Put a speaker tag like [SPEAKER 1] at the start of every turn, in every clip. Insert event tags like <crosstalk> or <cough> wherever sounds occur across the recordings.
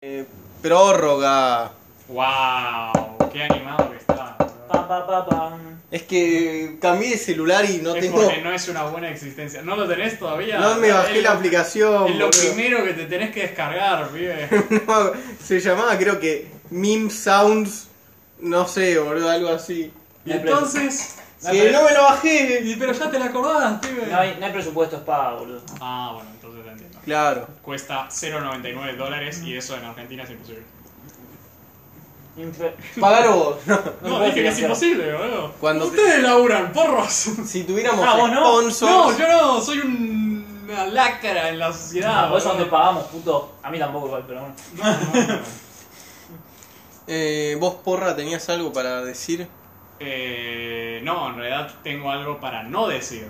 [SPEAKER 1] Eh, prórroga.
[SPEAKER 2] ¡Wow! ¡Qué animado que está!
[SPEAKER 3] Pa, pa, pa, pam.
[SPEAKER 1] Es que cambié de celular y no
[SPEAKER 2] es
[SPEAKER 1] tengo.
[SPEAKER 2] porque no es una buena existencia. ¿No lo tenés todavía?
[SPEAKER 1] No me bajé
[SPEAKER 2] Es
[SPEAKER 1] la
[SPEAKER 2] lo-
[SPEAKER 1] aplicación.
[SPEAKER 2] Es lo
[SPEAKER 1] boludo.
[SPEAKER 2] primero que te tenés que descargar, pibe.
[SPEAKER 1] <laughs> No, se llamaba, creo que Meme Sounds. No sé, boludo, algo así.
[SPEAKER 2] Y entonces...
[SPEAKER 1] Que no me lo bajé.
[SPEAKER 2] Y- Pero ya te la acordás, pibe.
[SPEAKER 3] No hay, no hay presupuesto espada, boludo.
[SPEAKER 2] Ah, bueno, entonces te entiendo.
[SPEAKER 1] Claro.
[SPEAKER 2] Cuesta 0,99 dólares y eso en Argentina es imposible.
[SPEAKER 3] Infe-
[SPEAKER 1] Pagar vos. <laughs> no.
[SPEAKER 2] No,
[SPEAKER 3] puede
[SPEAKER 2] dije que es
[SPEAKER 3] financiar.
[SPEAKER 2] imposible, boludo.
[SPEAKER 1] Cuando te-
[SPEAKER 2] Ustedes laburan, porros.
[SPEAKER 1] Si tuviéramos
[SPEAKER 3] Ah, vos no.
[SPEAKER 2] No,
[SPEAKER 1] sponsors.
[SPEAKER 2] yo no, soy un- una lacra en la sociedad.
[SPEAKER 3] Ah, por eso no te
[SPEAKER 2] boludo.
[SPEAKER 3] pagamos, puto. A mí tampoco igual, pero bueno.
[SPEAKER 1] Eh, vos, porra, tenías algo para decir.
[SPEAKER 2] Eh, no, en realidad tengo algo para no decir.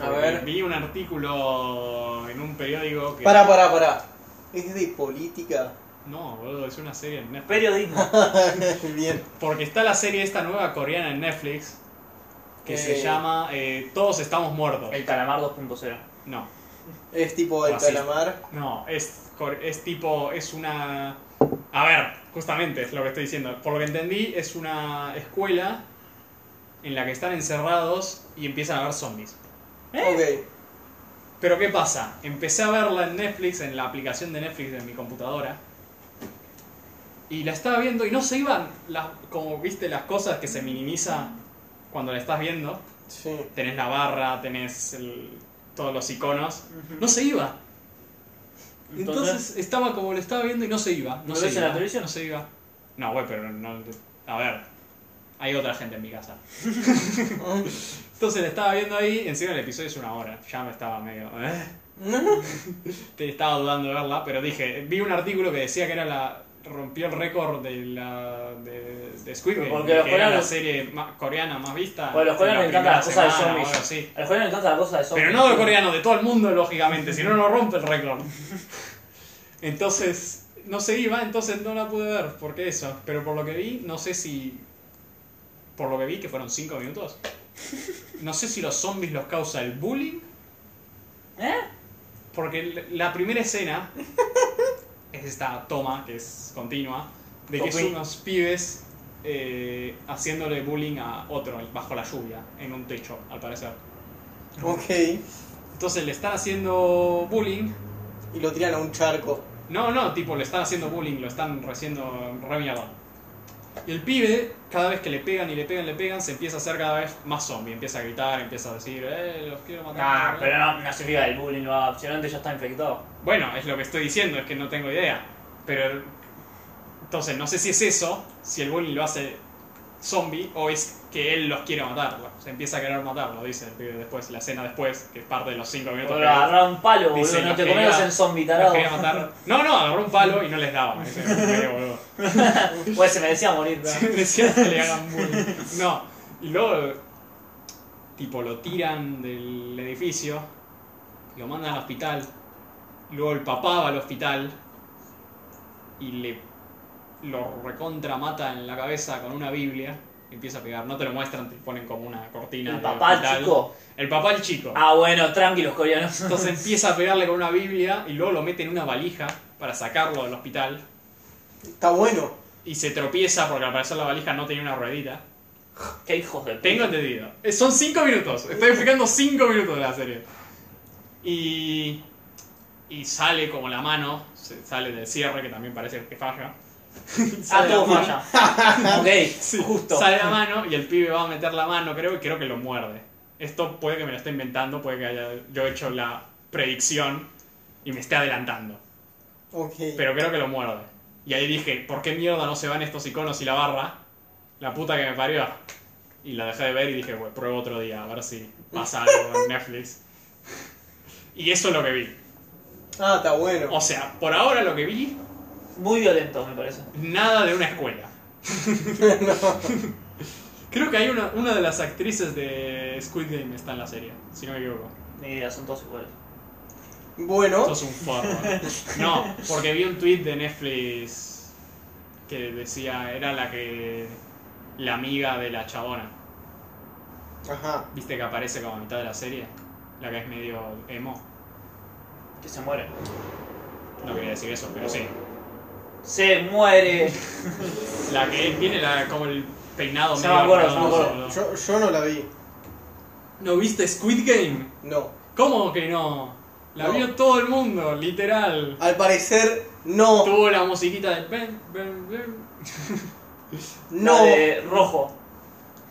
[SPEAKER 1] A
[SPEAKER 2] Porque
[SPEAKER 1] ver.
[SPEAKER 2] Vi un artículo en un periódico que.
[SPEAKER 1] Pará, pará, pará. ¿Es de política? <laughs>
[SPEAKER 2] No, boludo, es una serie en Netflix.
[SPEAKER 3] Periodismo.
[SPEAKER 1] Bien.
[SPEAKER 2] Porque está la serie esta nueva coreana en Netflix que
[SPEAKER 1] Eh.
[SPEAKER 2] se llama eh, Todos estamos muertos.
[SPEAKER 3] El calamar 2.0.
[SPEAKER 2] No,
[SPEAKER 1] Es tipo el
[SPEAKER 2] Racista.
[SPEAKER 1] calamar.
[SPEAKER 2] no, es, cor- es tipo, es una... A ver, justamente es lo que estoy diciendo. Por lo que entendí, es una escuela en la que están encerrados y empiezan a ver zombies. ¿Eh?
[SPEAKER 1] Ok.
[SPEAKER 2] Pero ¿qué pasa? Empecé a verla en Netflix, en la aplicación de Netflix de mi computadora. Y la estaba viendo y no se iban, las, como viste, las cosas que se minimiza cuando la estás viendo.
[SPEAKER 1] Sí. <laughs>
[SPEAKER 2] Tenés la barra, tenés el- todos los iconos. No se iba. Entonces, estaba como lo estaba viendo y no se iba. No
[SPEAKER 3] ¿Lo
[SPEAKER 2] se
[SPEAKER 3] ves en
[SPEAKER 2] iba,
[SPEAKER 3] la televisión?
[SPEAKER 2] No se iba. No, güey, pero no. A ver. Hay otra gente en mi casa. Entonces la estaba viendo ahí. Encima el episodio es una hora. Ya me estaba medio. eh. Te estaba dudando de verla, pero dije. Vi un artículo que decía que era la. Rompió el récord de la. de, de Squid Game.
[SPEAKER 3] Porque
[SPEAKER 2] que
[SPEAKER 3] los
[SPEAKER 2] era la
[SPEAKER 3] coreanos-
[SPEAKER 2] serie ma- coreana más vista.
[SPEAKER 3] Porque los
[SPEAKER 2] en
[SPEAKER 3] coreanos
[SPEAKER 2] la
[SPEAKER 3] les encantan las
[SPEAKER 2] primera
[SPEAKER 3] cosas de
[SPEAKER 2] semana o algo
[SPEAKER 3] zombies.
[SPEAKER 2] así.
[SPEAKER 3] A los coreanos les encanta la cosa de zombies.
[SPEAKER 2] Pero no de coreano, de todo el mundo, lógicamente, si no, no rompe el récord. <laughs> Entonces, no se iba, entonces no la pude ver, porque eso. Pero por lo que vi, no sé si. Por lo que vi, que fueron 5 minutos. No sé si los zombies los causa el bullying,
[SPEAKER 3] ¿Eh?
[SPEAKER 2] porque l- la primera escena es esta toma, que es continua, de que son
[SPEAKER 3] Ok.
[SPEAKER 2] unos pibes eh, haciéndole bullying a otro bajo la lluvia, en un techo, al parecer.
[SPEAKER 1] Ok.
[SPEAKER 2] Entonces le están haciendo bullying
[SPEAKER 1] Y lo tiran a un charco.
[SPEAKER 2] No, no, tipo, le están haciendo bullying, lo están haciendo re mierda. Y el pibe, cada vez que le pegan y le pegan, le pegan, se empieza a hacer cada vez más zombie. Empieza a gritar, empieza a decir, eh, los quiero matar.
[SPEAKER 3] Nah, Ah, pero no, no se fija del bullying, lo va. Si no, antes ya está infectado.
[SPEAKER 2] Bueno, es lo que estoy diciendo, es que no tengo idea. Pero. Entonces, no sé si es eso, si el bullying lo hace zombie, o es que él los quiere matar. Se empieza a querer matar, lo dice el pibe después, la escena después, que es parte de los 5 minutos.
[SPEAKER 3] Pero
[SPEAKER 2] que vimos.
[SPEAKER 3] agarrar un palo,
[SPEAKER 2] Dice,
[SPEAKER 3] boludo. No
[SPEAKER 2] los
[SPEAKER 3] te
[SPEAKER 2] quería-
[SPEAKER 3] comes en zombie,
[SPEAKER 2] Los
[SPEAKER 3] tarado.
[SPEAKER 2] quería matar. No, no, agarró un palo y no les daba. eh, Ese era el primero, boludo.
[SPEAKER 3] Pues se merecía morir, pero.
[SPEAKER 2] Decían que le hagan bullying. No. Y luego, tipo, lo tiran del edificio, lo mandan al hospital. Luego el papá va al hospital y le lo recontra mata en la cabeza con una Biblia. Empieza a pegar, no te lo muestran, te ponen como una cortina.
[SPEAKER 3] El
[SPEAKER 2] del
[SPEAKER 3] papá, el
[SPEAKER 2] hospital.
[SPEAKER 3] chico.
[SPEAKER 2] El papá, el chico.
[SPEAKER 3] Ah, bueno, tranqui los coreanos. <laughs>
[SPEAKER 2] Entonces empieza a pegarle con una Biblia y luego lo mete en una valija para sacarlo del hospital.
[SPEAKER 1] Está bueno.
[SPEAKER 2] Y se tropieza porque al parecer la valija no tenía una ruedita.
[SPEAKER 3] Qué hijos de
[SPEAKER 2] Tengo
[SPEAKER 3] puta.
[SPEAKER 2] entendido. Eh, Son 5 minutos. Estoy explicando 5 minutos de la serie. Y. Y sale como la mano. se- Sale del cierre, que también parece que falla.
[SPEAKER 3] Ah,
[SPEAKER 2] Sale
[SPEAKER 3] todo
[SPEAKER 2] la mano. <laughs>
[SPEAKER 3] falla. ok, justo.
[SPEAKER 2] Sale la mano y el pibe va a meter la mano, creo, y creo que lo muerde. Esto puede que me lo esté inventando, puede que haya yo hecho la predicción y me esté adelantando.
[SPEAKER 1] Ok.
[SPEAKER 2] Pero creo que lo muerde. Y ahí dije, ¿por qué mierda no se van estos iconos y la barra? La puta que me parió. Y la dejé de ver y dije, bueno, pruebo otro día, a ver si pasa algo en Netflix. Y eso es lo que vi.
[SPEAKER 1] Ah, está bueno.
[SPEAKER 2] O sea, por ahora lo que vi,
[SPEAKER 3] Muy violento, me parece.
[SPEAKER 2] nada de una escuela. Creo que hay una, una de las actrices de Squid Game está en la serie, si no me equivoco.
[SPEAKER 3] Ni idea, son todos iguales.
[SPEAKER 1] Bueno.
[SPEAKER 2] Sos un forro. No, porque vi un tweet de Netflix que decía, era la que. la amiga de la chabona.
[SPEAKER 1] Ajá.
[SPEAKER 2] Viste que aparece como a mitad de la serie. La que es medio emo.
[SPEAKER 3] Que se muere.
[SPEAKER 2] No quería decir eso, pero sí.
[SPEAKER 3] se muere.
[SPEAKER 2] La que tiene la, como el peinado
[SPEAKER 3] Ya me acuerdo, ya me
[SPEAKER 2] redondo, boludo.
[SPEAKER 3] acuerdo.
[SPEAKER 1] Yo, yo no la vi.
[SPEAKER 2] ¿No viste Squid Game?
[SPEAKER 1] No.
[SPEAKER 2] ¿Cómo que no? La
[SPEAKER 1] No.
[SPEAKER 2] vio todo el mundo, literal.
[SPEAKER 1] Al parecer, no.
[SPEAKER 2] Tuvo la musiquita de Ben, Ben, Ben.
[SPEAKER 1] No.
[SPEAKER 3] La de rojo.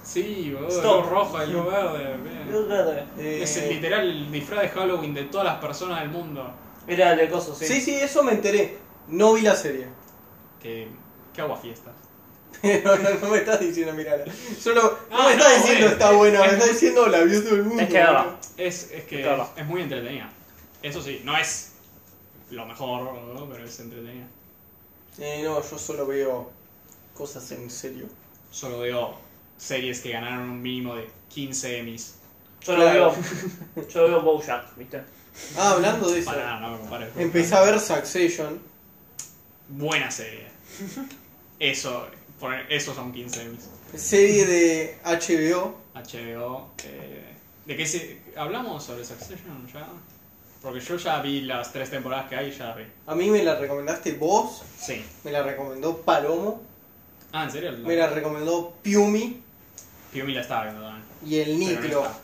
[SPEAKER 2] Sí, boludo,
[SPEAKER 3] Stop.
[SPEAKER 2] lo rojo y lo verde. Ben.
[SPEAKER 1] Eh,
[SPEAKER 2] Es el literal el disfraz de Halloween de todas las personas del mundo.
[SPEAKER 3] Era el de coso, sí.
[SPEAKER 1] Sí, sí, eso me enteré. No vi la serie. <laughs>
[SPEAKER 2] Que, que agua fiesta.
[SPEAKER 1] Pero no, no me estás diciendo, mirala. Solo, no
[SPEAKER 2] Ah,
[SPEAKER 1] me estás
[SPEAKER 2] no,
[SPEAKER 1] diciendo
[SPEAKER 2] bueno.
[SPEAKER 1] está buena, me estás diciendo la vio todo el mundo.
[SPEAKER 3] Es que daba.
[SPEAKER 1] boludo.
[SPEAKER 2] Es, es que
[SPEAKER 3] Claro.
[SPEAKER 2] es muy entretenida. Eso sí, no es lo mejor, boludo, pero es entretenida.
[SPEAKER 1] Eh, no, yo solo veo cosas en serio.
[SPEAKER 2] Solo veo series que ganaron un mínimo de 15 Emmys.
[SPEAKER 3] Yo
[SPEAKER 1] Claro.
[SPEAKER 3] lo veo. <laughs> Yo lo veo Bojack, ¿viste?
[SPEAKER 1] Ah, hablando de eso.
[SPEAKER 2] Para nada, no me compares. con-
[SPEAKER 1] Empecé a ver Succession.
[SPEAKER 2] Buena serie. <laughs> Eso, por- esos son 15 Emmys.
[SPEAKER 1] Serie de HBO.
[SPEAKER 2] HBO. eh, ¿De qué se, hablamos sobre Succession ya? Porque yo ya vi las tres temporadas que hay y ya vi.
[SPEAKER 1] A mí me la recomendaste vos,
[SPEAKER 2] Sí.
[SPEAKER 1] me la recomendó Palomo,
[SPEAKER 2] Ah, ¿en serio?
[SPEAKER 1] me la recomendó Piumi
[SPEAKER 2] Piumi la estaba viendo también.
[SPEAKER 1] y el
[SPEAKER 2] pero no
[SPEAKER 1] Niclo.
[SPEAKER 2] está.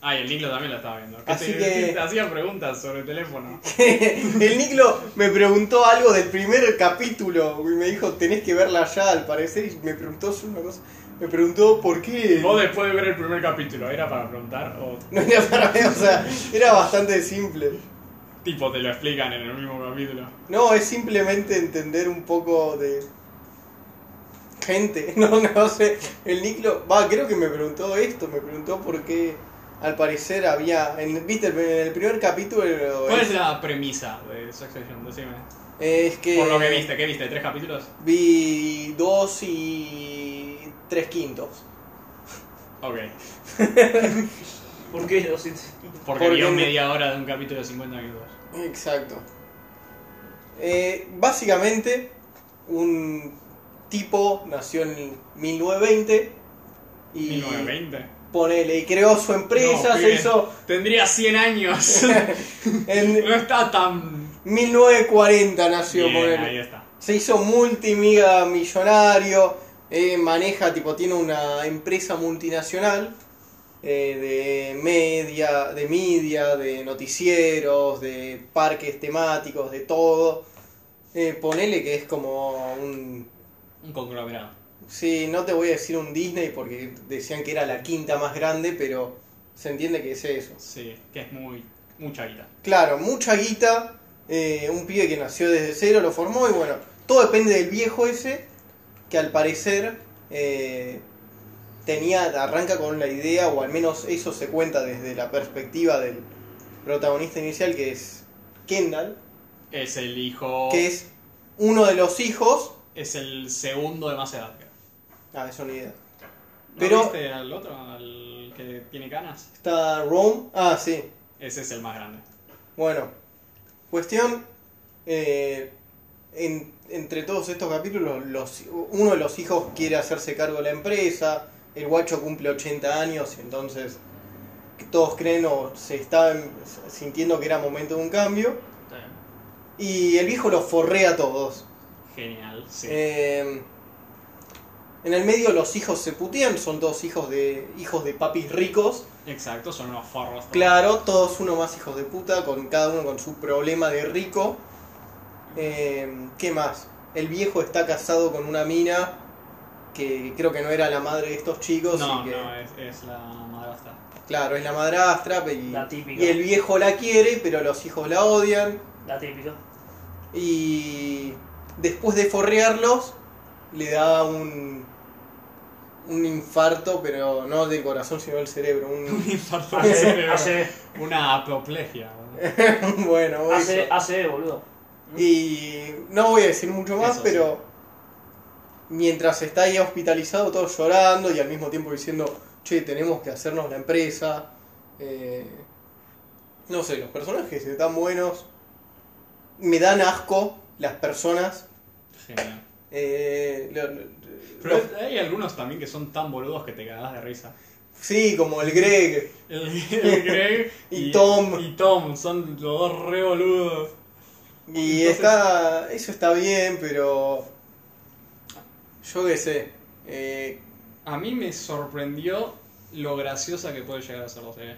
[SPEAKER 2] Ah, y el Niclo también la estaba viendo. Que
[SPEAKER 1] Así
[SPEAKER 2] te,
[SPEAKER 1] que-
[SPEAKER 2] te hacía preguntas sobre
[SPEAKER 1] <laughs>
[SPEAKER 2] el teléfono.
[SPEAKER 1] <laughs> el Niclo me preguntó algo del primer capítulo y me dijo, tenés que verla ya al parecer, y me preguntó solo una cosa. Me preguntó por qué...
[SPEAKER 2] Vos después de ver el primer capítulo, ¿era para preguntar? O
[SPEAKER 1] <laughs> No era para mí, o sea, era bastante simple.
[SPEAKER 2] tipo te lo explican en el mismo capítulo.
[SPEAKER 1] No, es simplemente entender un poco de gente. <laughs> No, no sé. El Niclo, va, creo que me preguntó esto, me preguntó por qué al parecer había, en, viste, en el primer capítulo
[SPEAKER 2] ¿Cuál es
[SPEAKER 1] es,
[SPEAKER 2] la premisa de Succession? Decime.
[SPEAKER 1] es que
[SPEAKER 2] Por lo que viste, ¿qué viste? ¿Tres capítulos?
[SPEAKER 1] vi dos y tres quintos.
[SPEAKER 2] Ok.
[SPEAKER 3] ¿Por qué lo siento?
[SPEAKER 2] Porque,
[SPEAKER 1] Porque
[SPEAKER 2] vio
[SPEAKER 1] me-
[SPEAKER 2] media hora de un capítulo de 50 minutos.
[SPEAKER 1] Exacto. Eh, básicamente, un tipo nació en 1920 y
[SPEAKER 2] 1920.
[SPEAKER 1] ponele, y creó su empresa,
[SPEAKER 2] No,
[SPEAKER 1] se
[SPEAKER 2] pibe,
[SPEAKER 1] hizo
[SPEAKER 2] Tendría 100 años.
[SPEAKER 1] <laughs> en
[SPEAKER 2] <laughs> no está tan.
[SPEAKER 1] 1940 nació,
[SPEAKER 2] Bien,
[SPEAKER 1] ponele.
[SPEAKER 2] ahí está.
[SPEAKER 1] Se hizo multimiga millonario, eh, maneja, tipo, tiene una empresa multinacional eh, de media, de media, de noticieros, de parques temáticos, de todo. Eh, ponele que es como un...
[SPEAKER 2] Un conglomerado.
[SPEAKER 1] Sí, no te voy a decir un Disney porque decían que era la quinta más grande, pero se entiende que es eso.
[SPEAKER 2] Sí, que es muy. mucha guita.
[SPEAKER 1] Claro, mucha guita, eh, un pibe que nació desde cero, lo formó y bueno, todo depende del viejo ese, que al parecer eh, tenía, arranca con la idea, o al menos eso se cuenta desde la perspectiva del protagonista inicial, que es Kendall,
[SPEAKER 2] Es el hijo.
[SPEAKER 1] que es uno de los hijos...
[SPEAKER 2] es el segundo de más edad. creo.
[SPEAKER 1] Ah, eso ni idea.
[SPEAKER 2] ¿No
[SPEAKER 1] Pero-
[SPEAKER 2] viste al otro? Al que tiene canas.
[SPEAKER 1] Está Rome, ah, sí,
[SPEAKER 2] Ese es el más grande.
[SPEAKER 1] Bueno, cuestión. eh, en- entre todos estos capítulos, los, uno de los hijos quiere hacerse cargo de la empresa. El guacho cumple 80 años, entonces todos creen o se estaban sintiendo que era momento de un cambio.
[SPEAKER 3] Está bien.
[SPEAKER 1] Y el viejo los forrea a todos.
[SPEAKER 2] Genial, sí.
[SPEAKER 1] Eh, en el medio los hijos se putean, son todos hijos de hijos de papis ricos.
[SPEAKER 2] Exacto, son unos forros.
[SPEAKER 1] Claro, todos uno más hijos de puta, con cada uno con su problema de rico. Eh, ¿Qué más? El viejo está casado con una mina que creo que no era la madre de estos chicos.
[SPEAKER 2] No,
[SPEAKER 1] y que-
[SPEAKER 2] no, eh. es, es la madrastra.
[SPEAKER 1] <laughs> Claro, es la madrastra y,
[SPEAKER 3] La típica.
[SPEAKER 1] y el viejo la quiere, pero los hijos la odian.
[SPEAKER 3] La típica.
[SPEAKER 1] Y después de forrearlos, le da un, un infarto, pero no del corazón, sino del cerebro.
[SPEAKER 2] Un
[SPEAKER 1] Un, <laughs>
[SPEAKER 2] infarto de
[SPEAKER 3] Hace,
[SPEAKER 2] cerebro.
[SPEAKER 3] hace,
[SPEAKER 2] Una apoplejía. boludo.
[SPEAKER 1] Eh. bueno,
[SPEAKER 3] hace,
[SPEAKER 1] eso.
[SPEAKER 3] hace, boludo.
[SPEAKER 1] Y no voy a decir mucho más,
[SPEAKER 2] Eso sí.
[SPEAKER 1] pero mientras está ahí hospitalizado, todos llorando y al mismo tiempo diciendo, che, tenemos que hacernos la empresa. Eh, no sé, los personajes están buenos. Me dan asco las personas.
[SPEAKER 2] Genial.
[SPEAKER 1] Eh, lo- lo-
[SPEAKER 2] Pero
[SPEAKER 1] los-
[SPEAKER 2] hay algunos también que son tan boludos que te cagás de risa.
[SPEAKER 1] sí, como el Greg.
[SPEAKER 2] El, el Greg
[SPEAKER 1] <laughs> Y Tom.
[SPEAKER 2] Y Tom, son los dos re boludos.
[SPEAKER 1] Y
[SPEAKER 2] Entonces-
[SPEAKER 1] está. Eso está bien, pero. Yo qué sé. eh,
[SPEAKER 2] A mí me sorprendió lo graciosa que puede llegar a ser la serie.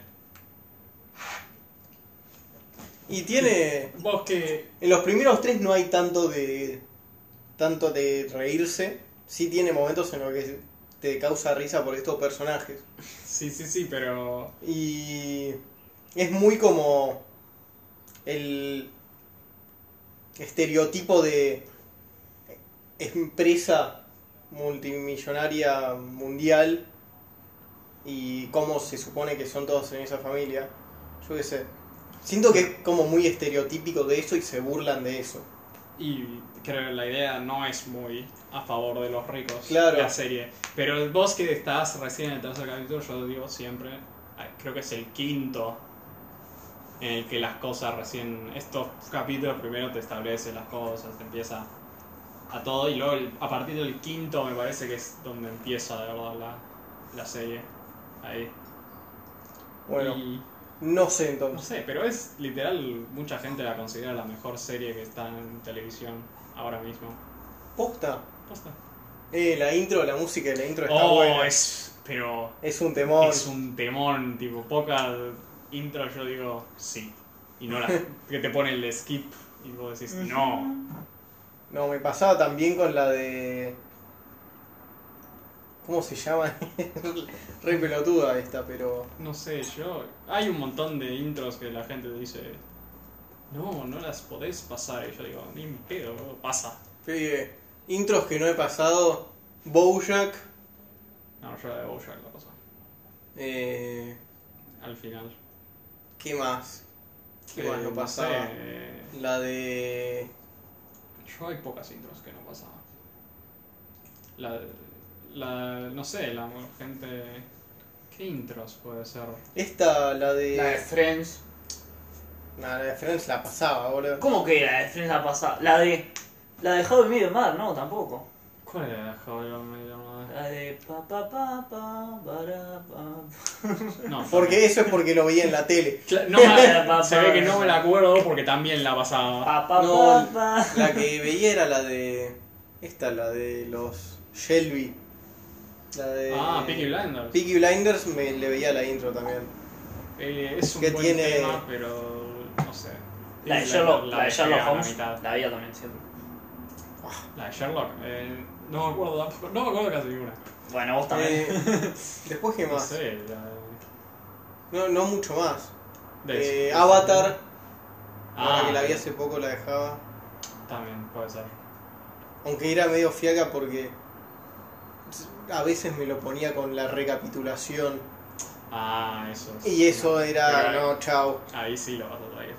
[SPEAKER 1] y tiene.
[SPEAKER 2] Vos que.
[SPEAKER 1] En los primeros tres no hay tanto de. tanto de reírse. Sí tiene momentos en los que te causa risa por estos personajes.
[SPEAKER 2] Sí, sí, sí, pero.
[SPEAKER 1] Y. es muy como. el estereotipo de empresa multimillonaria mundial y cómo se supone que son todos en esa familia. Yo qué sé. Siento que es como muy estereotípico de eso y se burlan de eso.
[SPEAKER 2] Y creo que la idea no es muy a favor de los ricos.
[SPEAKER 1] Claro.
[SPEAKER 2] La serie. Pero vos que estás recién en el tercer capítulo, yo digo siempre. ay, Creo que es el quinto en el que las cosas recién. Estos capítulos primero te establecen las cosas, te empieza a todo. Y luego el- a partir del quinto me parece que es donde empieza de verdad la, la serie. Ahí.
[SPEAKER 1] Bueno,
[SPEAKER 2] Y-
[SPEAKER 1] no sé
[SPEAKER 2] No
[SPEAKER 1] entonces.
[SPEAKER 2] sé, pero es literal, mucha gente la considera la mejor serie que está en televisión ahora mismo.
[SPEAKER 1] Posta.
[SPEAKER 2] Posta.
[SPEAKER 1] Eh, la intro, la música de la intro está
[SPEAKER 2] Oh,
[SPEAKER 1] buena. Oh, Es,
[SPEAKER 2] es. Pero.
[SPEAKER 1] un temor.
[SPEAKER 2] Es un temón, tipo, poca intro, yo digo sí.
[SPEAKER 1] <laughs>
[SPEAKER 2] Y no la. que te pone el skip y vos decís no.
[SPEAKER 1] No, me pasaba también con la de. ¿Cómo se llama? <laughs> Re pelotuda esta, pero.
[SPEAKER 2] No sé, yo. Hay un montón de intros que la gente dice. No, no las podés pasar. Y yo digo, ni en pedo, bro, pasa.
[SPEAKER 1] Pibe, eh, intros que no he pasado. Bojack.
[SPEAKER 2] No, yo la de Bojack la paso.
[SPEAKER 1] eh,
[SPEAKER 2] Al final.
[SPEAKER 1] ¿Qué más? ¿Qué
[SPEAKER 2] Eh,
[SPEAKER 1] más no
[SPEAKER 2] no
[SPEAKER 1] pasaba?
[SPEAKER 2] sé, eh,
[SPEAKER 1] La de.
[SPEAKER 2] Yo hay pocas intros que no pasaba. La, la, no sé, la gente... ¿Qué intros puede ser?
[SPEAKER 1] Esta, la de.
[SPEAKER 3] La de Friends.
[SPEAKER 1] Nah, la de Friends la pasaba, boludo.
[SPEAKER 3] ¿Cómo que la de Friends la pasada? La de. La de How I Met Your Mother, no, tampoco.
[SPEAKER 2] ¿Cuál era la joder, me llamaba?
[SPEAKER 3] La de. Pa, pa, pa, pa, para, pa.
[SPEAKER 2] No,
[SPEAKER 1] Porque eso es porque lo veía en la tele.
[SPEAKER 2] Cla- no, me- se ve que no me la acuerdo porque también la
[SPEAKER 1] Ah,
[SPEAKER 2] pasaba.
[SPEAKER 3] Pa, pa,
[SPEAKER 1] No,
[SPEAKER 3] pa, pa.
[SPEAKER 1] La que veía era la de. Esta, la de los Shelby. La de.
[SPEAKER 2] Ah, Peaky Blinders.
[SPEAKER 1] eh, Peaky Blinders me le veía la intro también.
[SPEAKER 2] Eh, es un
[SPEAKER 1] que
[SPEAKER 2] buen
[SPEAKER 1] tiene-
[SPEAKER 2] tema, pero no sé.
[SPEAKER 3] La de
[SPEAKER 2] Peaky
[SPEAKER 3] Sherlock,
[SPEAKER 2] Blinders
[SPEAKER 3] la de
[SPEAKER 2] dejé a
[SPEAKER 3] Sherlock
[SPEAKER 2] la
[SPEAKER 3] Holmes.
[SPEAKER 2] mitad.
[SPEAKER 3] La veía también siempre.
[SPEAKER 2] La de Sherlock. eh, no me acuerdo, tampoco- no me acuerdo casi ninguna.
[SPEAKER 3] Bueno, vos también.
[SPEAKER 1] Eh, después qué
[SPEAKER 2] <laughs> No
[SPEAKER 1] más.
[SPEAKER 2] sé, la
[SPEAKER 1] No, no mucho más.
[SPEAKER 2] de...
[SPEAKER 1] Eh, Avatar,
[SPEAKER 2] Ah,
[SPEAKER 1] ahora que la vi hace poco la dejaba.
[SPEAKER 2] también puede ser.
[SPEAKER 1] Aunque era medio fiaca porque a veces me lo ponía con la recapitulación.
[SPEAKER 2] Ah, eso. es-
[SPEAKER 1] Y eso
[SPEAKER 2] Pero
[SPEAKER 1] era,
[SPEAKER 2] ahí-
[SPEAKER 1] no, chao.
[SPEAKER 2] Ahí sí lo vas a traer.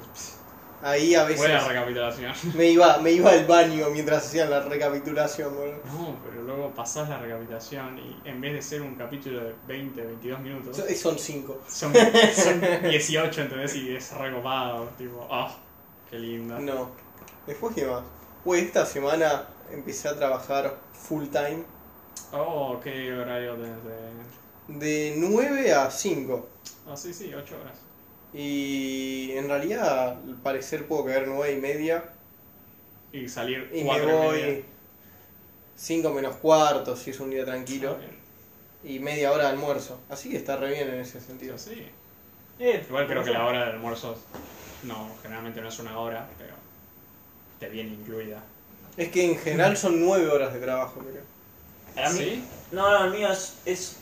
[SPEAKER 1] Ahí a veces
[SPEAKER 2] Buena recapitulación. <laughs>
[SPEAKER 1] me iba, me iba al baño mientras hacían la recapitulación, boludo.
[SPEAKER 2] No, pero luego pasás la recapitulación y en vez de ser un capítulo de 20, 22 minutos,
[SPEAKER 1] So- Son cinco.
[SPEAKER 2] son,
[SPEAKER 1] <laughs>
[SPEAKER 2] son 18, ¿entendés? Y es recopado. Tipo, ah, qué lindo.
[SPEAKER 1] No. Después qué más. Güey, esta semana empecé a trabajar full time.
[SPEAKER 2] Oh, qué horario tenés de.
[SPEAKER 1] De 9 a 5.
[SPEAKER 2] Ah, sí, sí, 8 horas.
[SPEAKER 1] Y en realidad, al parecer, puedo quedar nueve y media.
[SPEAKER 2] Y salir
[SPEAKER 1] Y me
[SPEAKER 2] 4
[SPEAKER 1] voy 5 menos cuarto, si es un día tranquilo. Y media hora de almuerzo. Así que está re bien en ese sentido.
[SPEAKER 2] sí.
[SPEAKER 1] Eh,
[SPEAKER 2] Igual creo que la hora del almuerzo. No, generalmente no es una hora, pero. Te viene incluida.
[SPEAKER 1] Es que en general son nueve horas de trabajo, creo.
[SPEAKER 3] Para mí-
[SPEAKER 2] ¿Sí?
[SPEAKER 3] No, no, el mío es, es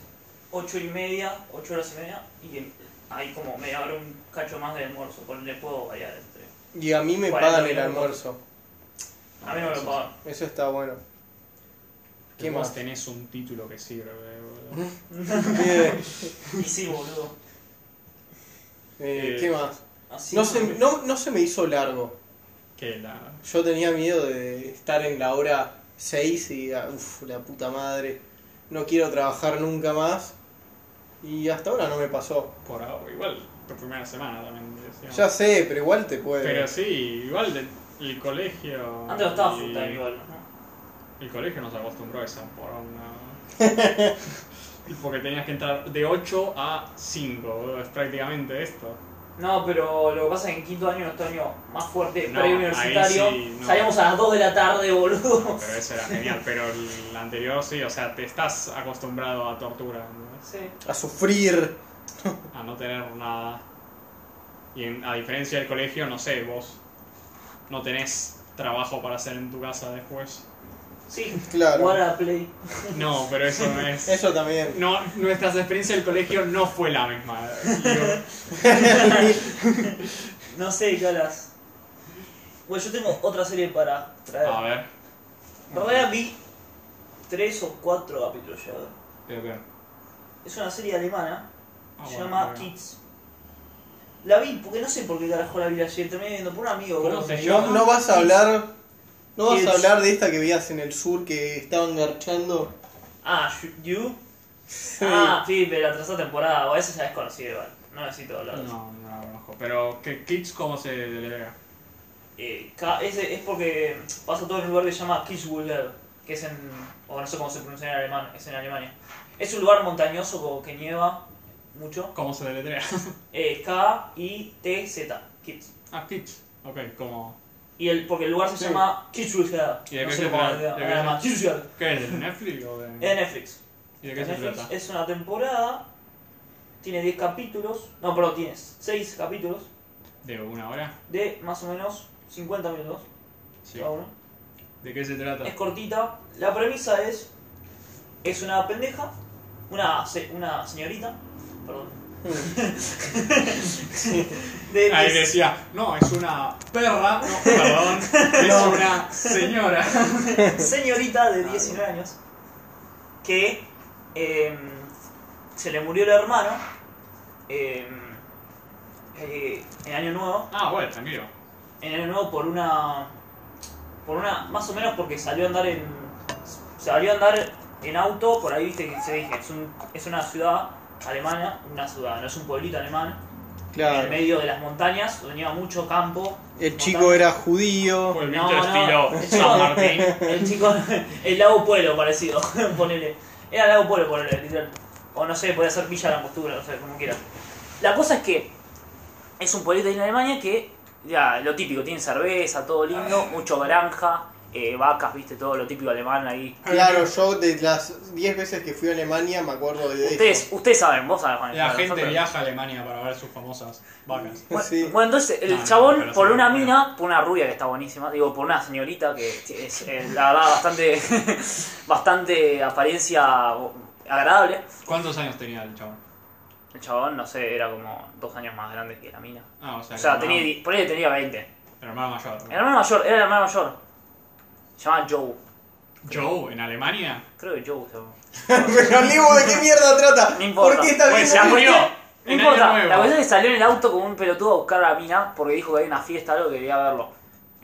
[SPEAKER 3] ocho y media, ocho horas y media, y el- hay como media hora, un cacho más de almuerzo, por le puedo variar entre.
[SPEAKER 1] Y a mí me
[SPEAKER 3] Cuarenta
[SPEAKER 1] pagan el
[SPEAKER 3] minutos.
[SPEAKER 1] almuerzo.
[SPEAKER 3] A mí no me lo pagan.
[SPEAKER 1] Eso está bueno. ¿Qué
[SPEAKER 2] ¿Qué más?
[SPEAKER 1] más?
[SPEAKER 2] tenés un título que sirve, boludo.
[SPEAKER 1] Bien.
[SPEAKER 3] Y <laughs> sí, boludo.
[SPEAKER 1] Eh,
[SPEAKER 2] Eh,
[SPEAKER 1] ¿Qué más?
[SPEAKER 3] Así
[SPEAKER 1] No
[SPEAKER 3] no
[SPEAKER 1] se,
[SPEAKER 3] me-
[SPEAKER 1] no, no se me hizo largo.
[SPEAKER 2] Que la.
[SPEAKER 1] Yo tenía miedo de estar en la hora 6 y diga, uff, la puta madre, no quiero trabajar nunca más. Y hasta ahora no me pasó.
[SPEAKER 2] Por ahora, igual, tu primera semana también. decíamos.
[SPEAKER 1] Ya sé, pero igual te puede.
[SPEAKER 2] Pero sí, igual de- el colegio.
[SPEAKER 3] Antes no estaba
[SPEAKER 2] y-
[SPEAKER 3] full time igual, ¿no?
[SPEAKER 2] El colegio nos acostumbró a esa por una. Porque tenías que entrar de 8 a 5, boludo, es prácticamente esto.
[SPEAKER 3] No, pero lo que pasa es que en quinto año, nuestro año más fuerte,
[SPEAKER 2] No,
[SPEAKER 3] preuniversitario,
[SPEAKER 2] ahí sí, no.
[SPEAKER 3] salíamos a las 2 de la tarde, boludo.
[SPEAKER 2] Pero eso era genial, pero el anterior sí, o sea, te estás acostumbrado a tortura, ¿no?
[SPEAKER 3] Sí.
[SPEAKER 1] A sufrir.
[SPEAKER 2] a no tener nada. Y en- a diferencia del colegio, no sé, vos no tenés trabajo para hacer en tu casa después.
[SPEAKER 3] Sí,
[SPEAKER 1] Claro.
[SPEAKER 3] jugar a la Play.
[SPEAKER 2] No, pero eso no es...
[SPEAKER 1] Eso
[SPEAKER 3] <laughs>
[SPEAKER 1] también. <laughs>
[SPEAKER 2] No, nuestras experiencias del colegio no fue la misma. Digo,
[SPEAKER 3] No sé de qué hablas. Bueno, yo tengo otra serie para traer.
[SPEAKER 2] a ver.
[SPEAKER 3] En realidad vi 3 o 4 capítulos ya. ahora.
[SPEAKER 2] Creo que-
[SPEAKER 3] Es una serie alemana,
[SPEAKER 2] ah,
[SPEAKER 3] se
[SPEAKER 2] bueno,
[SPEAKER 3] llama
[SPEAKER 2] bueno.
[SPEAKER 3] Kids. La vi porque no sé por qué carajo la vi ayer, terminé viendo por un amigo.
[SPEAKER 2] ¿Cómo
[SPEAKER 3] boludo.
[SPEAKER 2] se
[SPEAKER 1] No, no vas a hablar. No vas
[SPEAKER 3] Kids.
[SPEAKER 1] a hablar de esta que veías en el sur que estaban garchando.
[SPEAKER 3] Ah, Sh- You. <laughs> Ah, sí, pero la tercera temporada, o esa ya es conocida igual. No necesito hablar de eso.
[SPEAKER 2] No, no la conozco. Pero, ¿qué Kids cómo se delega?
[SPEAKER 3] Eh, ca- ese es porque pasa todo en un lugar que se llama Kitzbühel, que es en. o no sé cómo se pronuncia en alemán, es en Alemania. Es un lugar montañoso como que nieva mucho.
[SPEAKER 2] ¿Cómo se deletrea? <laughs>
[SPEAKER 3] Eh, K-I-T-Z, Kitz.
[SPEAKER 2] ah, Kids. Ok, como...
[SPEAKER 3] Y el, porque el lugar se
[SPEAKER 1] Sí.
[SPEAKER 3] llama Kitzbühel.
[SPEAKER 2] ¿Y de
[SPEAKER 3] No
[SPEAKER 2] qué
[SPEAKER 3] sé
[SPEAKER 2] se
[SPEAKER 3] cómo
[SPEAKER 2] trata?
[SPEAKER 3] se llama,
[SPEAKER 2] ¿De qué
[SPEAKER 3] se llama Kitzbühel.
[SPEAKER 2] ¿Qué es? ¿De Netflix o de...?
[SPEAKER 3] Es de Netflix.
[SPEAKER 2] ¿Y de qué
[SPEAKER 3] En
[SPEAKER 2] se
[SPEAKER 3] Netflix
[SPEAKER 2] trata?
[SPEAKER 3] es una temporada, tiene 10 capítulos, no, perdón, tiene 6 capítulos
[SPEAKER 2] ¿De una hora?
[SPEAKER 3] de más o menos 50 minutos
[SPEAKER 2] Sí.
[SPEAKER 3] cada uno.
[SPEAKER 2] ¿De qué se trata?
[SPEAKER 3] Es cortita. La premisa es. Es una pendeja. Una, se- una señorita. Perdón. de
[SPEAKER 2] Ahí
[SPEAKER 3] 10
[SPEAKER 2] decía, no, es una perra, no,
[SPEAKER 3] <laughs>
[SPEAKER 2] perdón, es
[SPEAKER 1] No.
[SPEAKER 2] una señora.
[SPEAKER 3] señorita de 19 años. Que. em, se le murió el hermano. em, eh, en Año Nuevo.
[SPEAKER 2] Ah, bueno, tranquilo.
[SPEAKER 3] En Año Nuevo por una. Por una. Más o menos porque salió a andar en. Salió a andar en auto. Por ahí viste que se dije. Es, un- es una ciudad alemana. Una ciudad, no es un pueblito alemán.
[SPEAKER 1] <laughs>
[SPEAKER 3] en
[SPEAKER 1] Claro.
[SPEAKER 3] medio de las montañas, donde había mucho campo.
[SPEAKER 1] El chico era judío.
[SPEAKER 2] Pueblito
[SPEAKER 3] No, no.
[SPEAKER 2] estilo San Martín.
[SPEAKER 3] <laughs> El chico, el lago Pueblo parecido, <laughs> ponele. Era lago Pueblo, ponele, literal. O no sé, podía ser Villa la Angostura, no sé, como quiera. La cosa es que es un pueblito ahí en Alemania que, ya, lo típico, tiene cerveza, todo lindo, mucho granja, eh, vacas, viste, todo lo típico alemán ahí.
[SPEAKER 1] Claro, yo de las 10 veces que fui a Alemania me acuerdo de
[SPEAKER 3] Ustedes,
[SPEAKER 1] eso.
[SPEAKER 3] ustedes saben, vos sabés, Juan,
[SPEAKER 2] La
[SPEAKER 3] nosotros-
[SPEAKER 2] gente viaja a Alemania para ver sus famosas vacas.
[SPEAKER 3] Bueno,
[SPEAKER 1] <laughs> Sí.
[SPEAKER 3] bueno, entonces el
[SPEAKER 2] No, no,
[SPEAKER 3] chabón,
[SPEAKER 2] pero
[SPEAKER 3] por
[SPEAKER 2] sí,
[SPEAKER 3] una
[SPEAKER 2] bueno.
[SPEAKER 3] mina, por una rubia que está buenísima, digo, por una señorita que es, eh, la verdad, bastante, <laughs> bastante apariencia agradable.
[SPEAKER 2] ¿Cuántos años tenía el chabón?
[SPEAKER 3] El chabón, no sé, era como dos años más grande que la mina.
[SPEAKER 2] Ah, o sea,
[SPEAKER 3] O sea,
[SPEAKER 2] el hermano-
[SPEAKER 3] tenía, di- por ahí tenía 20.
[SPEAKER 2] el hermano mayor.
[SPEAKER 3] El hermano mayor, era el hermano mayor. Se llamaba Joe.
[SPEAKER 2] Joe, en Alemania.
[SPEAKER 3] Creo que Joe se llama.
[SPEAKER 1] <laughs> Pero Limo, ¿de qué mierda trata?
[SPEAKER 3] No importa.
[SPEAKER 1] ¿Por qué está
[SPEAKER 2] Pues se
[SPEAKER 1] viendo?
[SPEAKER 2] murió.
[SPEAKER 3] No
[SPEAKER 2] en
[SPEAKER 3] importa,
[SPEAKER 2] Año
[SPEAKER 3] la
[SPEAKER 2] Nuevo.
[SPEAKER 3] cuestión es que salió en el auto con un pelotudo a buscar a la mina porque dijo que había una fiesta, algo que quería verlo.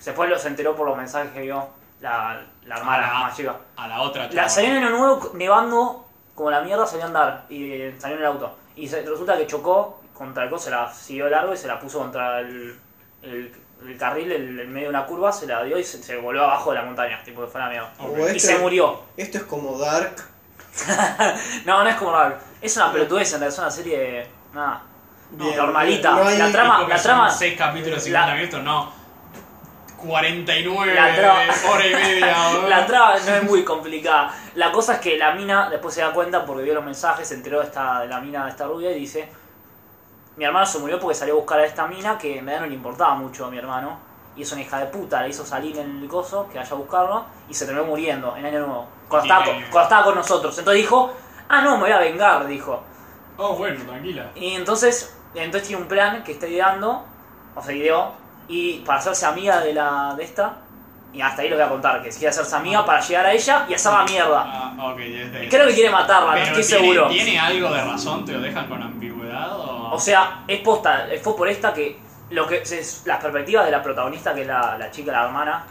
[SPEAKER 3] Después los enteró por los mensajes que vio la, la hermana
[SPEAKER 2] Ah.
[SPEAKER 3] más chica.
[SPEAKER 2] A la otra chabón.
[SPEAKER 3] La, salió en Año Nuevo nevando como la mierda, salió a andar y eh, salió en el auto. Y se- resulta que chocó contra el coche, se la siguió largo y se la puso contra el, el, el carril el- en medio de una curva, se la dio y se, se voló abajo de la montaña, tipo que fue la mierda.
[SPEAKER 2] Ok.
[SPEAKER 1] Bueno.
[SPEAKER 3] Y se murió.
[SPEAKER 1] Esto Este es como Dark.
[SPEAKER 3] No, no es como raro. Es una pelotudez, en realidad, es una serie de... Nada.
[SPEAKER 1] Bien,
[SPEAKER 3] normalita.
[SPEAKER 1] no hay-
[SPEAKER 3] La trama-
[SPEAKER 2] Tipo que son
[SPEAKER 3] trama-
[SPEAKER 2] seis capítulos, 50
[SPEAKER 3] la-
[SPEAKER 2] minutos, no. 49
[SPEAKER 3] La trama-
[SPEAKER 2] hora y
[SPEAKER 3] <laughs>
[SPEAKER 2] media. ¿no?
[SPEAKER 3] La traba no es muy complicada. La cosa es que la mina después se da cuenta porque vio los mensajes, se enteró de, esta, de la mina de esta rubia y dice: Mi hermano se murió porque salió a buscar a esta mina que en verdad no le importaba mucho a mi hermano. Y es una hija de puta, le hizo salir en el coso, que vaya a buscarlo, y se terminó muriendo en año nuevo. Cuando estaba, con,
[SPEAKER 2] Bien.
[SPEAKER 3] cuando estaba con nosotros. Entonces dijo: Ah, no, me voy a vengar, dijo.
[SPEAKER 2] Oh, bueno, tranquila.
[SPEAKER 3] Y entonces, entonces tiene un plan que está ideando, o sea, ideó, y para hacerse amiga de la de esta, y hasta ahí lo voy a contar, que quiere hacerse amiga para llegar a ella y hacerla mierda.
[SPEAKER 2] Ah, ok, desde
[SPEAKER 3] Creo que quiere matarla, no
[SPEAKER 2] Pero
[SPEAKER 3] estoy
[SPEAKER 2] tiene,
[SPEAKER 3] seguro.
[SPEAKER 2] ¿Tiene algo de razón? ¿Te lo dejan con ambigüedad? O,
[SPEAKER 3] O sea, es posta, fue por esta que lo que se- las perspectivas de la protagonista, que es la, la chica, la hermana,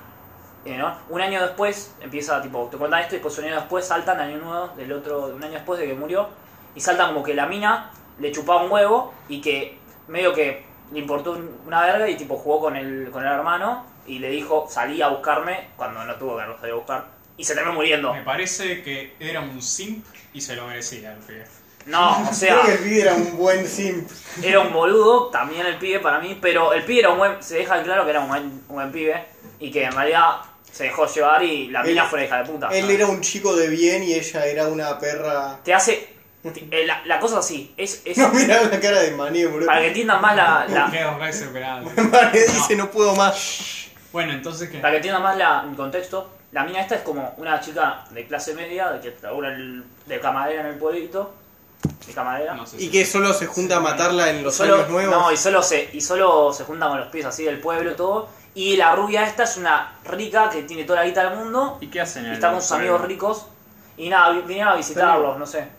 [SPEAKER 3] eh, ¿no? Un año después, empieza tipo, te cuentan esto y después un año después saltan año nuevo del otro, un año después de que murió, y saltan como que la mina le chupaba un huevo y que medio que le importó un- una verga y tipo jugó con el, con el hermano y le dijo salí a buscarme cuando no tuvo que haberlo salido a buscar y se terminó muriendo.
[SPEAKER 2] me parece que era un simp y se lo merecía el pibe.
[SPEAKER 3] No, o sea,
[SPEAKER 1] Creo que el pibe era un buen simp.
[SPEAKER 3] era un boludo, también el pibe para mí, pero el pibe era un buen, se deja claro que era un buen, un buen pibe y que en realidad se dejó llevar y la
[SPEAKER 1] Él-
[SPEAKER 3] mina fue la hija de puta.
[SPEAKER 1] Él era un chico de bien y ella era una perra. <laughs>
[SPEAKER 3] Te hace... te- eh, la, la cosa así, es, es
[SPEAKER 1] No, mirá la cara de maní, boludo.
[SPEAKER 3] para que entiendan más la, la-
[SPEAKER 2] Quedo re superado.
[SPEAKER 1] Maní dice, no puedo más.
[SPEAKER 2] Bueno, entonces que.
[SPEAKER 3] Para que entiendan más la, mi contexto, la mina esta es como una chica de clase media, de que labura el- de camarera en el pueblito, de camarera.
[SPEAKER 2] No sé
[SPEAKER 1] Y
[SPEAKER 2] si-
[SPEAKER 1] que solo se junta a matarla en
[SPEAKER 3] Y
[SPEAKER 1] los
[SPEAKER 3] solo-
[SPEAKER 1] años nuevos.
[SPEAKER 3] No, y solo, se, y solo se juntan con los pies así del pueblo y todo. Y la rubia esta es una rica que tiene toda la guita del mundo.
[SPEAKER 4] ¿Y qué hacen?
[SPEAKER 3] Y
[SPEAKER 4] en el
[SPEAKER 3] está con sus amigos
[SPEAKER 4] pueblo?
[SPEAKER 3] ricos. Y nada, vi- vinieron a visitarlos, no sé.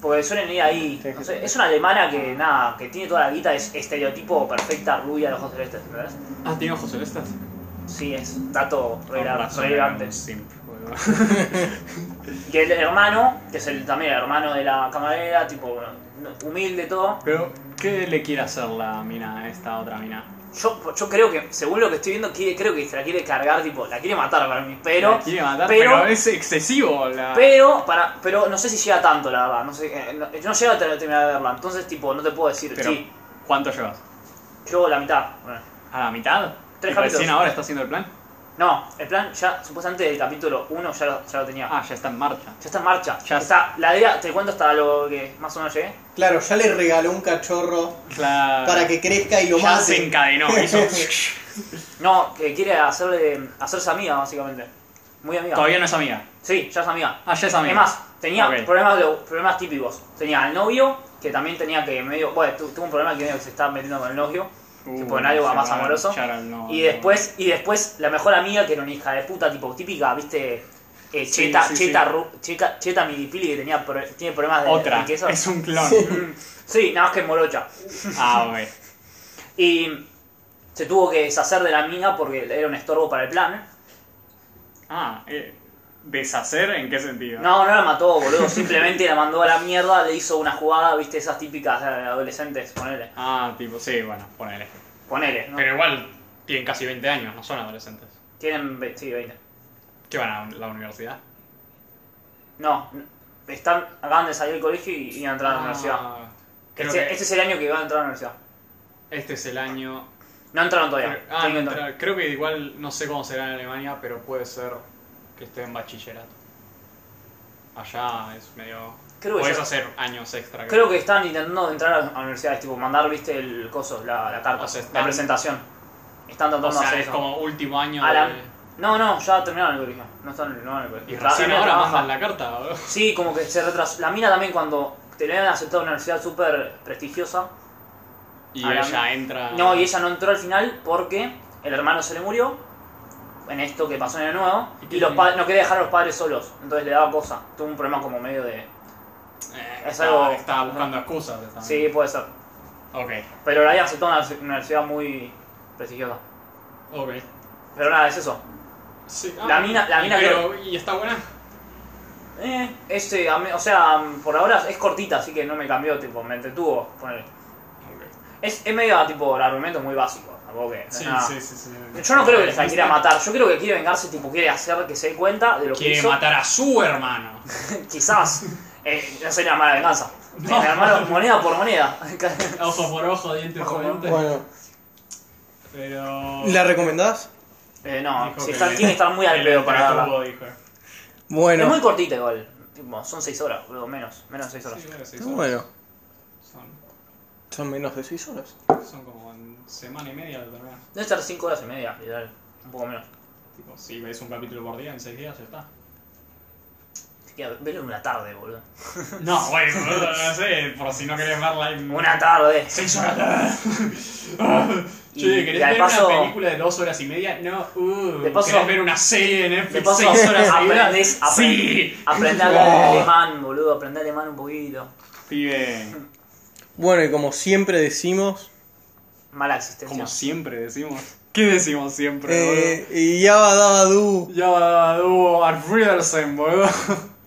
[SPEAKER 3] Porque suelen ir ahí.
[SPEAKER 1] Sí,
[SPEAKER 3] no
[SPEAKER 1] que-
[SPEAKER 3] sé, Es una alemana que nada, que tiene toda la guita, es estereotipo perfecta, rubia, los ojos celestes, ¿entendés?
[SPEAKER 4] Ah, ¿tiene ojos celestes?
[SPEAKER 3] Sí, es dato re
[SPEAKER 4] Con
[SPEAKER 3] gra-
[SPEAKER 4] razón,
[SPEAKER 3] re
[SPEAKER 4] era
[SPEAKER 3] grande.
[SPEAKER 4] un simp, boludo.
[SPEAKER 3] Que el hermano, que es el, también el hermano de la camarera, tipo, humilde todo.
[SPEAKER 4] Pero, ¿qué le quiere hacer la mina a esta otra mina?
[SPEAKER 3] Yo, yo creo que, según lo que estoy viendo, quiere- creo que se la quiere cargar, tipo, la quiere matar para mí. Pero,
[SPEAKER 4] La quiere matar,
[SPEAKER 3] pero-
[SPEAKER 4] pero, es excesivo la...
[SPEAKER 3] pero, para, pero no sé si llega tanto, la verdad. No sé, eh, no, yo no llego a ter- terminar de verla. Entonces, tipo, no te puedo decir,
[SPEAKER 4] Pero-
[SPEAKER 3] sí,
[SPEAKER 4] ¿Cuánto llevas?
[SPEAKER 3] yo la mitad. Bueno,
[SPEAKER 4] ¿A la mitad?
[SPEAKER 3] Tres
[SPEAKER 4] ¿Y
[SPEAKER 3] capítulos.
[SPEAKER 4] ¿Recién ahora está haciendo el plan?
[SPEAKER 3] No, el plan ya, supuestamente del capítulo 1 ya, lo- ya lo tenía.
[SPEAKER 4] Ah, ya está en marcha.
[SPEAKER 3] Ya está en marcha.
[SPEAKER 4] Ya
[SPEAKER 3] está, la idea, te cuento hasta lo que más o menos llegué.
[SPEAKER 1] Claro, ya le regaló un cachorro
[SPEAKER 3] Ah.
[SPEAKER 4] Claro.
[SPEAKER 1] para que crezca y lo
[SPEAKER 4] ya se
[SPEAKER 1] mate.
[SPEAKER 4] encadenó,
[SPEAKER 3] <laughs>
[SPEAKER 4] hizo...
[SPEAKER 3] No, que quiere hacerle, hacerse amiga, básicamente. Muy amiga.
[SPEAKER 4] Todavía no es amiga.
[SPEAKER 3] Sí, ya es amiga.
[SPEAKER 4] Ah, ya es amiga.
[SPEAKER 3] Es más, tenía
[SPEAKER 4] Ok.
[SPEAKER 3] problemas, de- problemas típicos. Tenía al novio, que también tenía que medio. Bueno, tu- tuvo un problema que medio que se estaba metiendo con el novio. tipo, en algo
[SPEAKER 4] Uh, se
[SPEAKER 3] más
[SPEAKER 4] va a
[SPEAKER 3] amoroso.
[SPEAKER 4] echar al no-
[SPEAKER 3] y después, y después la mejor amiga, que era una hija de puta, tipo típica, viste. Eh,
[SPEAKER 4] Sí,
[SPEAKER 3] cheta,
[SPEAKER 4] sí, sí.
[SPEAKER 3] cheta, ru- cheta, cheta milipili que tenía pro- tiene problemas de
[SPEAKER 4] Otra.
[SPEAKER 3] de queso.
[SPEAKER 4] Es un clon.
[SPEAKER 3] Mm, Sí, nada más que morocha.
[SPEAKER 4] Ah, ok.
[SPEAKER 3] Y se tuvo que deshacer de la mina porque era un estorbo para el plan.
[SPEAKER 4] Ah, eh, ¿deshacer en qué sentido?
[SPEAKER 3] No, no la mató, boludo. Simplemente la mandó a la mierda, le hizo una jugada, viste, esas típicas de adolescentes, ponele.
[SPEAKER 4] Ah, tipo, sí, bueno, ponele.
[SPEAKER 3] Ponele, ¿no?
[SPEAKER 4] Pero igual tienen casi 20 años, no son adolescentes.
[SPEAKER 3] Tienen, ve- sí, 20.
[SPEAKER 4] ¿Qué van a la universidad?
[SPEAKER 3] No, n- están, acaban de salir del colegio y, y van a entrar a la
[SPEAKER 4] Ah,
[SPEAKER 3] universidad.
[SPEAKER 4] Creo
[SPEAKER 3] Este,
[SPEAKER 4] que
[SPEAKER 3] este es el año que van a entrar a la universidad.
[SPEAKER 4] este es el año.
[SPEAKER 3] No entraron todavía.
[SPEAKER 4] Ah,
[SPEAKER 3] tienen que
[SPEAKER 4] no,
[SPEAKER 3] entrar.
[SPEAKER 4] tra- creo que igual no sé cómo será en Alemania, pero puede ser que esté en bachillerato. Allá es medio.
[SPEAKER 3] Creo que
[SPEAKER 4] Puedes
[SPEAKER 3] ya-
[SPEAKER 4] hacer años extra.
[SPEAKER 3] Creo que están intentando entrar a a universidades, tipo mandar, viste, el coso, la, la carta,
[SPEAKER 4] O sea,
[SPEAKER 3] la
[SPEAKER 4] están-
[SPEAKER 3] presentación. Están tratando
[SPEAKER 4] O
[SPEAKER 3] de hacer
[SPEAKER 4] sea, es
[SPEAKER 3] eso.
[SPEAKER 4] como último año.
[SPEAKER 3] A la-
[SPEAKER 4] de-
[SPEAKER 3] No, no, ya terminaron el colegio. No están no van al colegio.
[SPEAKER 4] Y recién
[SPEAKER 3] Tra-
[SPEAKER 4] ahora
[SPEAKER 3] trabajan.
[SPEAKER 4] mandan la carta. boludo.
[SPEAKER 3] Sí, como que se retrasó. La mina también cuando te le han aceptado una universidad súper prestigiosa.
[SPEAKER 4] Y
[SPEAKER 3] A la-
[SPEAKER 4] ella entra.
[SPEAKER 3] No, y ella no entró al final porque el hermano se le murió en esto que pasó en el nuevo.
[SPEAKER 4] ¿Y qué
[SPEAKER 3] Y los
[SPEAKER 4] tenía?
[SPEAKER 3] pa- no quería dejar a los padres solos. Entonces le daba cosa. Tuvo un problema como medio de...
[SPEAKER 4] Eh,
[SPEAKER 3] es
[SPEAKER 4] está-
[SPEAKER 3] algo-
[SPEAKER 4] Está buscando excusas. está-
[SPEAKER 3] Sí, puede ser.
[SPEAKER 4] Ok,
[SPEAKER 3] Pero la habían aceptado en una universidad muy prestigiosa.
[SPEAKER 4] ok.
[SPEAKER 3] Pero nada, es eso.
[SPEAKER 4] Sí,
[SPEAKER 2] ah,
[SPEAKER 3] La mina- la mina
[SPEAKER 4] pero, ¿Y está buena?
[SPEAKER 3] Eh, este, a mí- o sea, por ahora es cortita, así que no me cambió, tipo, me entretuvo. ponele. Es, es medio, tipo, el argumento es muy básico. Tampoco que...
[SPEAKER 4] Sí,
[SPEAKER 3] nada.
[SPEAKER 4] sí, sí, sí.
[SPEAKER 3] Yo no creo que la quiera matar, yo creo que quiere vengarse, tipo, quiere hacer que se dé cuenta de lo que
[SPEAKER 4] Quiere
[SPEAKER 3] hizo.
[SPEAKER 4] matar a su hermano.
[SPEAKER 3] <laughs>
[SPEAKER 2] <laughs>
[SPEAKER 3] Quizás. Eh, no sería mala venganza.
[SPEAKER 4] No.
[SPEAKER 3] Eh, hermano, moneda
[SPEAKER 2] <laughs>
[SPEAKER 3] por moneda.
[SPEAKER 2] Ojo por ojo, diente por diente.
[SPEAKER 1] Bueno,
[SPEAKER 2] Pero.
[SPEAKER 1] ¿la recomendás?
[SPEAKER 3] Eh, no,
[SPEAKER 2] Dijo
[SPEAKER 3] si
[SPEAKER 2] que
[SPEAKER 3] está-
[SPEAKER 2] le-
[SPEAKER 3] tiene que estar muy al
[SPEAKER 2] el
[SPEAKER 3] pedo para
[SPEAKER 2] entretuvo,
[SPEAKER 3] verla.
[SPEAKER 2] dijo.
[SPEAKER 3] Es
[SPEAKER 1] Bueno,
[SPEAKER 3] muy cortita igual. Tipo, son 6 horas, boludo, menos, menos de 6 horas.
[SPEAKER 2] Sí, bueno, seis horas.
[SPEAKER 1] bueno,
[SPEAKER 2] Son,
[SPEAKER 1] son menos de 6 horas.
[SPEAKER 2] son como en semana y media lo terminas.
[SPEAKER 3] Debe estar 5 horas y media, literal. Un poco menos.
[SPEAKER 2] Tipo, si ves un capítulo por día, en seis días ya
[SPEAKER 3] <laughs>
[SPEAKER 2] está.
[SPEAKER 3] Siquiera, velo en una tarde, boludo.
[SPEAKER 4] No, bueno.
[SPEAKER 2] Bueno, boludo, no sé, por si no querés verla en.
[SPEAKER 3] Una tarde.
[SPEAKER 2] ¡Seis horas! <laughs>
[SPEAKER 3] Y-
[SPEAKER 2] Che,
[SPEAKER 3] y
[SPEAKER 2] Ah, ¿querés
[SPEAKER 3] al
[SPEAKER 2] ver
[SPEAKER 3] paso-
[SPEAKER 2] una película de dos horas y media? No, uh.
[SPEAKER 3] De paso-
[SPEAKER 2] ¿Querés ver una serie de
[SPEAKER 3] De
[SPEAKER 2] Netflix
[SPEAKER 3] paso,
[SPEAKER 2] seis <laughs> horas y media?
[SPEAKER 3] aprendes,
[SPEAKER 2] ¡Sí!
[SPEAKER 3] aprende
[SPEAKER 2] <laughs>
[SPEAKER 3] a hablar alemán, boludo. Aprende alemán un poquito.
[SPEAKER 4] Pibe,
[SPEAKER 1] Bueno, y como siempre decimos,
[SPEAKER 3] Mala
[SPEAKER 4] como
[SPEAKER 3] existencia.
[SPEAKER 4] siempre decimos. ¿Qué decimos siempre,
[SPEAKER 1] eh, y ya va, daba, du.
[SPEAKER 4] boludo? Ya, Duo, Alfridersen, boludo.